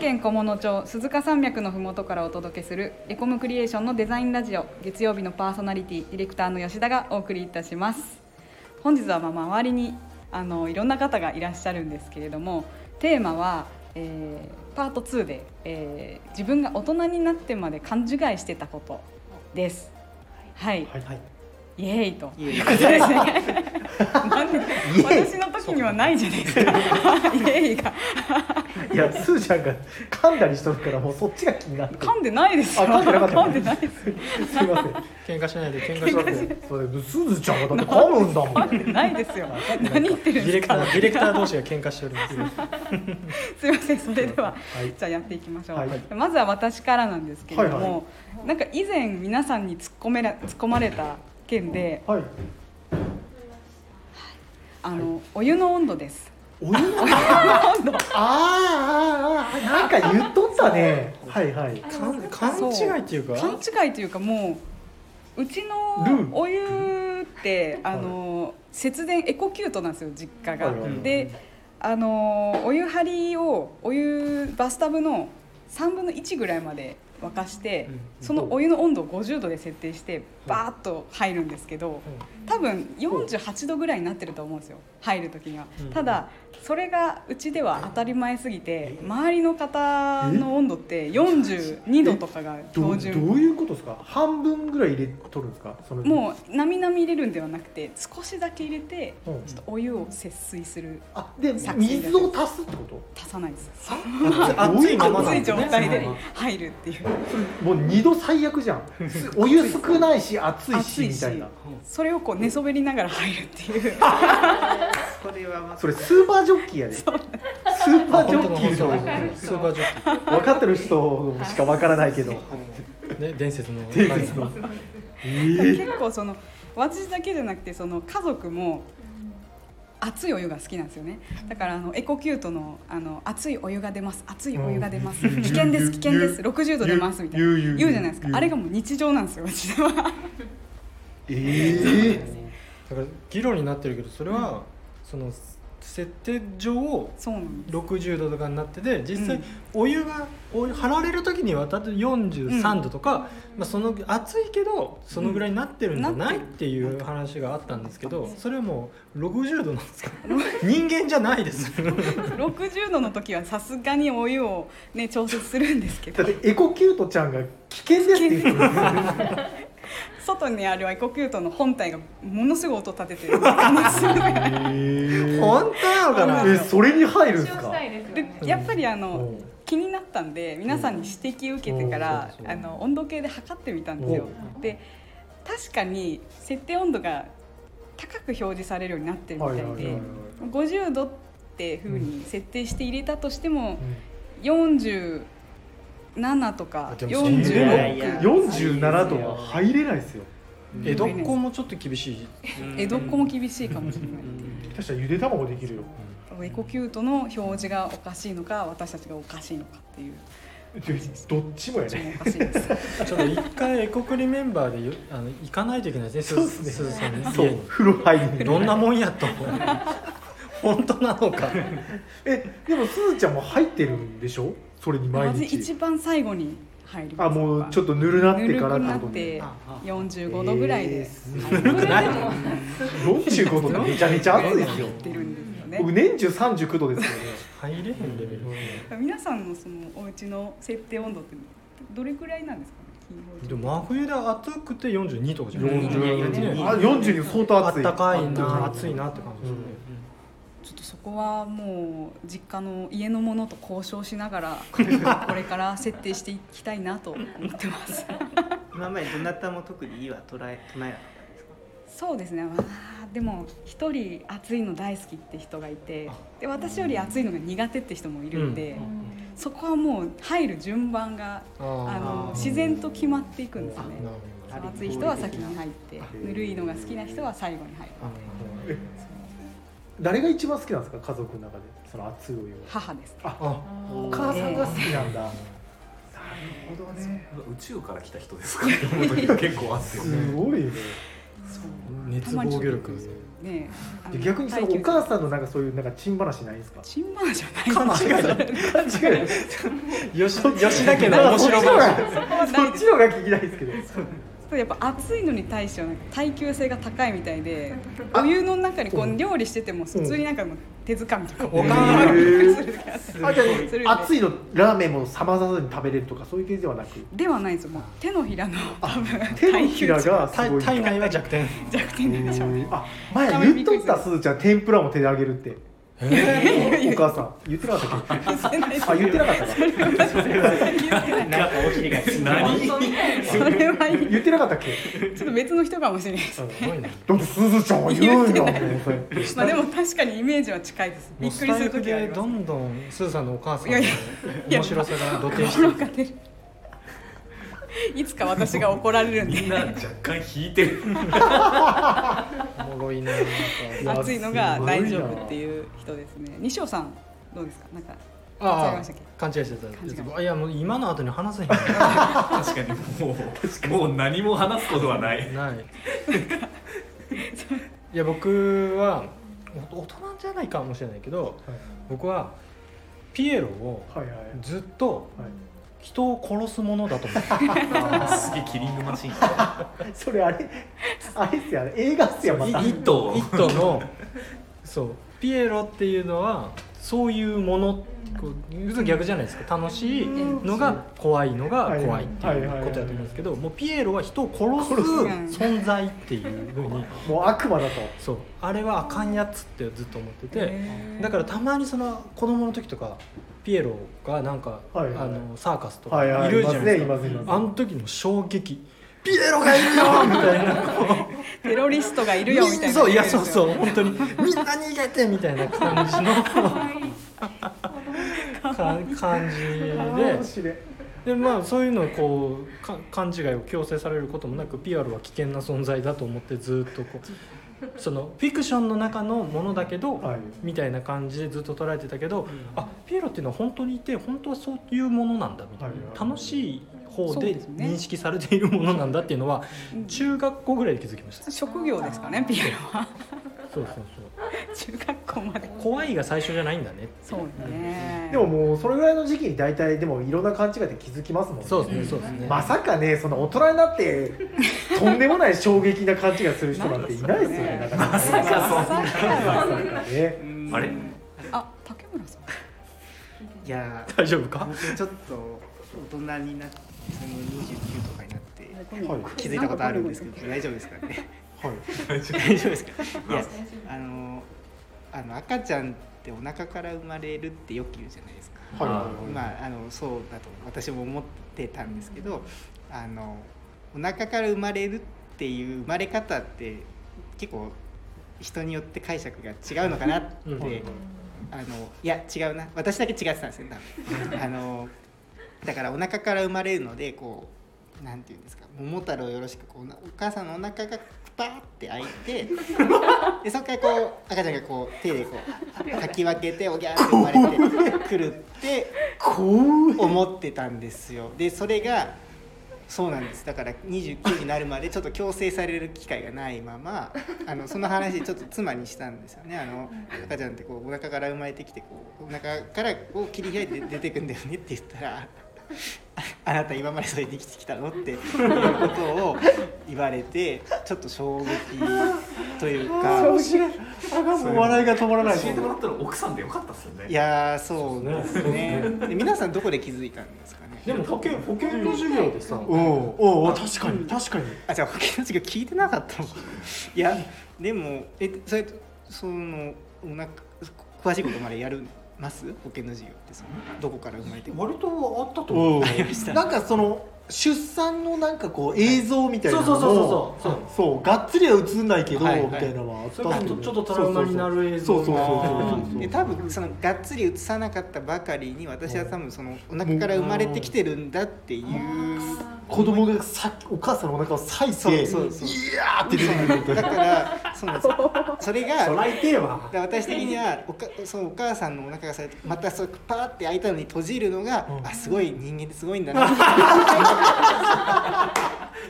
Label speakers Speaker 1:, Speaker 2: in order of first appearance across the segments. Speaker 1: 県小物町鈴鹿山脈のふもとからお届けするエコムクリエーションのデザインラジオ月曜日のパーソナリティディレクターの吉田がお送りいたします本日はまあ周りにあのいろんな方がいらっしゃるんですけれどもテーマは、えーパート2で、えー自分が大人になってまで勘違いしてたことですはい、
Speaker 2: はい、はい、
Speaker 1: イエーイと
Speaker 3: イエーイ
Speaker 1: いうことで すねなんで私の時にはないじゃないですかイエーイが
Speaker 2: いやスーちゃんが噛んだりしとるからもうそっちが気になって
Speaker 1: 噛んでないですよ
Speaker 2: あ噛んでなかった
Speaker 1: んでないですよ
Speaker 2: すいません
Speaker 3: 喧嘩しないで喧嘩
Speaker 2: そ
Speaker 3: しな
Speaker 2: う
Speaker 3: いで
Speaker 2: それすずちゃんがだって噛むんだも
Speaker 1: 噛
Speaker 2: ん
Speaker 1: んでないですよ
Speaker 2: んでない
Speaker 1: 何言って
Speaker 3: デ
Speaker 1: るんで
Speaker 3: ィ
Speaker 1: す
Speaker 3: レクタ
Speaker 1: か
Speaker 3: ーディレクター同士が喧嘩しております
Speaker 1: すいませんそれでは
Speaker 2: はい
Speaker 1: じゃあやっていきましょう、
Speaker 2: はい
Speaker 1: まずは私からなんですけれども、
Speaker 2: はいは
Speaker 1: なんか以前皆さんに突っ込めら突っ込まれた件で
Speaker 2: はい
Speaker 1: あのお湯の温度です
Speaker 2: お湯の
Speaker 1: 温度
Speaker 2: あーあーあーなんか言っとったねはいはい
Speaker 3: 勘勘違いっていうか
Speaker 1: 勘違いというかもううち
Speaker 2: ル
Speaker 1: の
Speaker 2: ー
Speaker 1: お湯ってあの節電エコキュートなんですよ実家が
Speaker 2: はいはいはい。
Speaker 1: であのお湯張りをお湯バスタブの3分の1ぐらいまで沸かして
Speaker 3: うん
Speaker 1: そのお湯の温度を50度で設定してバーッと入るんですけど多分48度ぐらいになってると思うんですよ入る時には
Speaker 3: うん
Speaker 1: ただそれがうちでは当たり前すぎて周りの方の温度って42度とかが
Speaker 2: ど
Speaker 1: 標
Speaker 2: うどう
Speaker 1: 準
Speaker 2: いうことですか半分ぐらい入れとるんですかそのう
Speaker 1: もうなみなみ入れるんではなくて少しだけ入れてちょ
Speaker 2: う
Speaker 1: っ
Speaker 2: ん
Speaker 1: とお湯を節水する
Speaker 2: あで
Speaker 1: 作戦だ
Speaker 2: 水を足すってこと
Speaker 1: 足さないです
Speaker 3: 熱いまま
Speaker 1: 熱
Speaker 3: なん
Speaker 1: い
Speaker 3: で
Speaker 1: 状
Speaker 3: ね
Speaker 1: 態で入るっていう
Speaker 2: もう二度最悪じ ゃんお湯少ないし熱い
Speaker 1: 暑
Speaker 2: し
Speaker 1: い
Speaker 2: み
Speaker 1: した
Speaker 2: いな
Speaker 1: それをこう寝そべりながら入るっていう
Speaker 3: それはま
Speaker 2: それスーパージョッキーやで、スーパージョッキー
Speaker 3: ス
Speaker 2: の
Speaker 3: ーパージョッ
Speaker 2: 分かってる人しか分からないけど
Speaker 3: キーね伝説の
Speaker 2: 伝説のえー
Speaker 1: 結構その私だけじゃなくてその家族も熱いお湯が好きなんですよねだからあのエコキュートのあの熱いお湯が出ます熱いお湯が出ます危険です危険です60度出ますみたいな
Speaker 2: 言う言う言う
Speaker 1: 言うじゃないですかあれがもう日常なんですようちでは
Speaker 2: え
Speaker 3: だから議論になってるけどそれはその設定上
Speaker 1: そうなんです
Speaker 3: 60度とかになってて実
Speaker 1: う
Speaker 3: 際
Speaker 1: ん
Speaker 3: お湯がお湯張られる時にはたと43度とか、まあ、その暑いけどそのぐらいになってるんじゃない、
Speaker 1: うん
Speaker 3: っていう話があったんですけどそれはもう60度なんです か人間じゃないです
Speaker 1: 60度の時はさすがにお湯をね調節するんですけ
Speaker 2: だ
Speaker 1: ど
Speaker 2: ってエコキュートちゃんが危険ですって言ってる
Speaker 1: 外にあるエコキュートの本体がものすごい音立ててる悲しい
Speaker 2: えー
Speaker 3: 本当なのかな
Speaker 2: えそれに入るん
Speaker 4: 一
Speaker 2: です
Speaker 4: 応
Speaker 2: か
Speaker 4: したいですよ
Speaker 1: で
Speaker 4: ね。
Speaker 1: やっぱりあの、
Speaker 2: うん
Speaker 1: 気になったんで皆さんに指摘を受けてから、
Speaker 3: うん
Speaker 1: あの温度計で測ってみたんですよ。で確かに設定温度が高く表示されるようになってるみたいで50度って風に設定して入れたとしても47とか
Speaker 3: あでもそんな
Speaker 2: で
Speaker 3: い
Speaker 2: も
Speaker 1: 46
Speaker 2: 47度は入れないですよ
Speaker 3: 江戸っ子もちょっと厳しい
Speaker 1: 江戸っ子も厳しいかもしれないっていう。
Speaker 2: 確かにゆで卵できるよ
Speaker 1: エコキュートの表示がおかしいのか私たちがおかしいのかっていう
Speaker 2: どっちもや
Speaker 1: どっち
Speaker 2: ね
Speaker 1: もおかしいです。
Speaker 3: ちょっと一回エコクリメンバーでよあの行かないといけないですね
Speaker 2: そうっすね
Speaker 3: すずさんの
Speaker 2: そ
Speaker 3: 家
Speaker 2: う
Speaker 3: に
Speaker 2: 風呂入る
Speaker 3: どんなもんやと本当なのか
Speaker 2: えでもすずちゃんも入ってるんでしょそれに毎
Speaker 1: まず一
Speaker 2: 日
Speaker 1: 番最後に入ります
Speaker 2: あもうちょっとぬるなってから
Speaker 1: ぬ
Speaker 2: ってこと
Speaker 1: る
Speaker 2: ね
Speaker 1: くなって45度ぐらいで
Speaker 2: えー45度ってめちゃめちゃ暑いですよ
Speaker 1: 入ってるんですよ
Speaker 2: 僕
Speaker 1: ね
Speaker 2: 年中39度ですよね
Speaker 3: 入れへんレベル
Speaker 1: 皆さんのそのお家の設定温度ってどれくらいなんですかね金
Speaker 3: で
Speaker 1: 曜日
Speaker 3: も真冬で暑くて42とかじゃない
Speaker 2: 42
Speaker 3: ね
Speaker 2: あ42相当
Speaker 3: あ
Speaker 2: 暑
Speaker 3: っ
Speaker 2: い
Speaker 3: たかいな暑
Speaker 2: 暑
Speaker 3: いなって感じですね
Speaker 1: ちょっとそこはもう実家の家のものと交渉しなが らこれから設定していきたいなと思ってます
Speaker 5: 今までどなたも特にいいは捉え唱えなかったんですか
Speaker 1: そうですねまあでも一人暑いの大好きって人がいてで私より暑いのが苦手って人もいるんで、
Speaker 4: うん
Speaker 1: そこはもう入る順番が
Speaker 3: あ
Speaker 1: あの
Speaker 3: ー
Speaker 1: 自然と決まっていくんですよ
Speaker 3: あな
Speaker 1: ね
Speaker 3: るほど
Speaker 5: なるほど
Speaker 1: 暑い人は先に入って
Speaker 2: あ
Speaker 1: ぬるいのが好きな人は最後に入る
Speaker 3: あ
Speaker 2: え誰が一番好きなんですか家族の中でその熱いお湯は
Speaker 1: 母です
Speaker 2: あ
Speaker 3: あ
Speaker 2: お母さんが好きなんだ、
Speaker 6: 宇宙から来た人ですか結構あって
Speaker 2: すごいね
Speaker 3: 熱防御力
Speaker 1: ね
Speaker 2: で逆にそのお母さんのなんかそういうなんかチン話ないですか
Speaker 1: チンマーじゃない
Speaker 2: 違う違う
Speaker 3: 吉吉田家の面白い話
Speaker 2: そっちの方が聞きたいですけど
Speaker 1: やっぱ暑いのに対してはなんか耐久性が高いみたいで
Speaker 2: あ
Speaker 1: お湯の中にこ
Speaker 2: うん
Speaker 1: う料理してても普通になんかもう手づかみとか
Speaker 3: おかん
Speaker 1: あるする時あって
Speaker 2: あじゃ
Speaker 1: する
Speaker 2: あ熱いのラーメンも冷まさずに食べれるとかそういう系ではなく
Speaker 1: ではないですよもう手のひらの多分
Speaker 2: 手のひら
Speaker 1: 耐久
Speaker 2: がすご
Speaker 3: 体
Speaker 2: い
Speaker 3: 体内は弱点
Speaker 1: 弱点でしょうね
Speaker 2: あ前言っとったすずちゃん天ぷらも手であげるってお母さん言ってなかったっけ
Speaker 1: してないです
Speaker 2: あ言ってなかったか
Speaker 5: なんかお尻が
Speaker 3: 何
Speaker 1: それは
Speaker 2: 言ってなかったっけ
Speaker 1: ちょっと別の人かもしれないです
Speaker 3: すごいね
Speaker 2: だってすずちゃんは言うんやもんそれ
Speaker 1: まあでも確かにイメージは近いですび
Speaker 3: もう
Speaker 1: っ
Speaker 3: ス
Speaker 1: くり
Speaker 3: タ
Speaker 1: す
Speaker 3: イ
Speaker 1: る
Speaker 3: フ
Speaker 1: 時はあ
Speaker 3: で
Speaker 1: り
Speaker 3: ど
Speaker 1: ま
Speaker 3: んどんスーさんのお母さんの
Speaker 1: いやいや
Speaker 3: 面白さが露呈
Speaker 1: す
Speaker 3: して
Speaker 1: 心
Speaker 3: る
Speaker 1: が出るいつか私が怒られるんで
Speaker 4: みんな若干引いてる
Speaker 3: おもろいな
Speaker 2: や
Speaker 1: 暑いのが大丈夫っていう人ですね西尾さんどうですかなんか違い
Speaker 3: あ
Speaker 1: ました
Speaker 3: あ
Speaker 1: っけ
Speaker 3: 勘違いして
Speaker 1: 勘違い
Speaker 3: たいやもう今の後に話せへん
Speaker 4: 確かにもうもう何も話すことはない
Speaker 3: ないいや僕はお大人じゃないかもしれないけど僕はピエロを
Speaker 2: はいはい
Speaker 3: ずっと
Speaker 2: は
Speaker 3: 人を殺すものだと思って
Speaker 4: すげえキリングマシン
Speaker 2: いそれあれあれっすよね映画っすよまた
Speaker 4: 一頭
Speaker 3: 一頭 のそうピエロっていうのはそういうものこう普通逆じゃないですか楽しいのが怖いのが怖いっていうことだと思うんですけどもうピエロは人を殺す存在っていうふうに
Speaker 2: もう悪魔だと
Speaker 3: そうあれはあかんやつってずっと思ってて。
Speaker 1: へー
Speaker 3: だからたまにその子供の時とかピエロがなんか、
Speaker 2: はいはい
Speaker 3: あのサーカスとか
Speaker 2: はいはいい
Speaker 3: る
Speaker 2: い
Speaker 3: じゃ
Speaker 2: ます
Speaker 3: ない
Speaker 2: ね
Speaker 3: で
Speaker 2: い
Speaker 3: すか、
Speaker 2: ますい
Speaker 3: あ
Speaker 2: ま
Speaker 3: の時の衝撃ピエロがいるよみたいな
Speaker 1: テロリストがいるよみたいな
Speaker 3: そういやそうそうう本当にみんな逃げてみたいな感じのか感じ
Speaker 2: す
Speaker 3: で
Speaker 2: 面白い
Speaker 3: でまあそういうのをこうか勘違いを強制されることもなくピアロは危険な存在だと思ってずっとこうそのフィクションの中のものだけど、
Speaker 2: はい
Speaker 3: みたいな感じでずっと捉えてたけど、あピエロっていうのは本当にいて本当はそういうものなんだみたいな、
Speaker 2: はいはい
Speaker 3: 楽しい方
Speaker 1: そう
Speaker 3: で
Speaker 1: ですね
Speaker 3: 認識されているものなんだっていうのは
Speaker 1: うん
Speaker 3: 中学校ぐらいで気づきました、
Speaker 1: 職業ですかねピエロは
Speaker 3: そうそうそう
Speaker 1: 中学校まで
Speaker 3: 怖いが最初じゃないんだね
Speaker 1: そうね
Speaker 2: でももうそれぐらいの時期に大体でもいろんな勘違いで気づきますもんね
Speaker 3: そうですねそうですね、
Speaker 2: まさかねその大人になってとんでもない衝撃な勘違いする人なんていないですよねなかなか
Speaker 4: まさかそんな
Speaker 2: ね
Speaker 4: あれ
Speaker 1: あ竹村さん
Speaker 5: いや
Speaker 3: 大丈夫か
Speaker 5: 僕ちょっと大人になってその29とかになって
Speaker 2: はい
Speaker 5: 気づいたことあるんですけど大丈夫ですかね
Speaker 2: はい
Speaker 4: 大丈
Speaker 5: 大丈夫ですか
Speaker 4: 夫
Speaker 5: いやあのあの赤ちゃんってお腹から生まれるってよく言うじゃないですか
Speaker 2: はいは
Speaker 5: まあ、あのそうだと私も思ってたんですけどあのお腹から生まれるっていう生まれ方って結構人によって解釈が違うのかなって、
Speaker 3: うんうん
Speaker 5: あのいや違うな私だけ違ってたんですよ多分あのだからお腹から生まれるのでこうなんていうんですか桃太郎よろしくこうなお母さんのお腹がパーって開いてでそこからこう赤ちゃんがこう手でこうかき分けておぎゃーって生まれてくるって思ってたんですよでそれがそうなんですだから29になるまでちょっと強制される機会がないままあのその話ちょっと妻にしたんですよねあの赤ちゃんってこうお腹から生まれてきてこうお腹からこう切り開いて出てくんだよねって言ったらああなた今までそれで生きてきたのっていうことを言われてちょっと衝撃というか
Speaker 2: 面白いあがもう笑いが止まらない
Speaker 4: 教えてもらったの奥さんでよかったっすよね
Speaker 5: いやーそうですねで皆さんどこで気づいたんですかね
Speaker 3: でも保険保険の授業でさ
Speaker 2: おうおうおう確かに確かに
Speaker 5: あじゃあ保険の授業聞いてなかったのいやでもえそれそのお腹詳しいことまでやるます保険の授業ってそのどこから生まれても
Speaker 3: 割とあったと
Speaker 2: おう
Speaker 5: ありました
Speaker 2: なんかその出産のなんかこう映像みたいなの
Speaker 3: そうそうそう
Speaker 2: を
Speaker 3: そうそう
Speaker 2: そうがっつりは映んないけどみ
Speaker 5: はいはい
Speaker 2: たいなのはあった
Speaker 3: それこそちょっとトラウマになる映像
Speaker 2: そうそうそうそうそうそう
Speaker 5: で多分そのがっつり映さなかったばかりに私は多分そのお腹から生まれてきてるんだっていう
Speaker 2: 子供がさお母さんのお腹を裂い
Speaker 5: そう
Speaker 2: て
Speaker 5: そうそう
Speaker 2: いやーって出てくるみたい
Speaker 5: だ
Speaker 2: な
Speaker 5: からそうなんですよそれが
Speaker 3: そらいてえわ
Speaker 5: で私的にはおかそのお母さんのお腹がさまたそうパーって開いたのに閉じるのが、
Speaker 2: うん
Speaker 5: あすごい人間ってすごいんだなって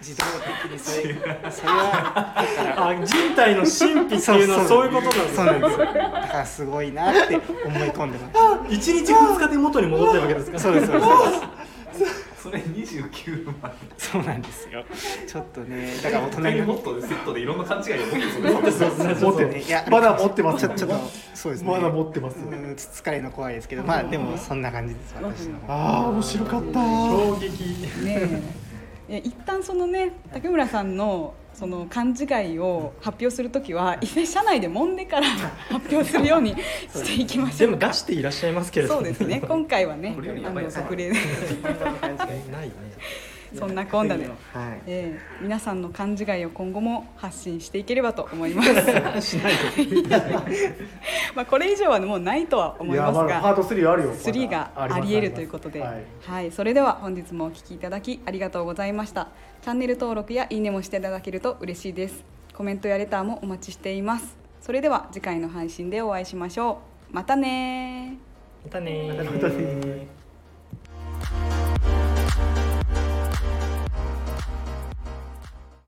Speaker 5: 自動的にそれそれはだから
Speaker 3: あ人体の神 秘っていうのはそういうことなんです
Speaker 5: そうなんですよだからすごいなって思い込んでま
Speaker 3: 一日二日で元に戻ってるわけですか
Speaker 5: す
Speaker 3: ら
Speaker 5: そうですそうです
Speaker 4: それ29万
Speaker 5: そうなんですよちょっとねだから大人
Speaker 4: 他に
Speaker 5: に
Speaker 4: も
Speaker 5: も
Speaker 4: っとセットでいろんな勘違いを持ってそうですね
Speaker 2: 持って
Speaker 5: ねいや
Speaker 2: まだ持ってます
Speaker 5: ちょちょっとそうです ね
Speaker 2: まだ持ってます
Speaker 5: うんつつかれるの怖いですけどまあでもそんな感じです私の方
Speaker 2: ああ面白かった
Speaker 3: 衝撃
Speaker 1: ねええ一旦そのね竹村さんのその勘違いを発表するときは一斉社内で揉んでから発表するようにしていきまし
Speaker 3: で
Speaker 1: ょ
Speaker 3: も
Speaker 1: う
Speaker 3: 出していらっしゃいますけれど
Speaker 1: そ
Speaker 3: も
Speaker 1: うです ね今回はね
Speaker 4: これより
Speaker 1: あ
Speaker 4: やばい
Speaker 1: の
Speaker 4: やつ
Speaker 1: 即例で
Speaker 3: ないね
Speaker 1: そんなこんなで、
Speaker 5: はい
Speaker 1: ええ皆さんの勘違いを今後も発信していければと思います まあこれ以上はもうないとは思い
Speaker 2: や
Speaker 1: ます
Speaker 2: まだパ
Speaker 1: が
Speaker 2: ート3あるよまだ
Speaker 1: 3がありえるということで、
Speaker 2: あ
Speaker 1: は
Speaker 2: り
Speaker 1: い
Speaker 2: ま、
Speaker 1: それでは本日もお聞きいただきありがとうございました。チャンネル登録やいいねもしていただけると嬉しいです。コメントやレターもお待ちしています。それでは次回の配信でお会いしましょう。またねー
Speaker 3: またね
Speaker 2: すはいまたね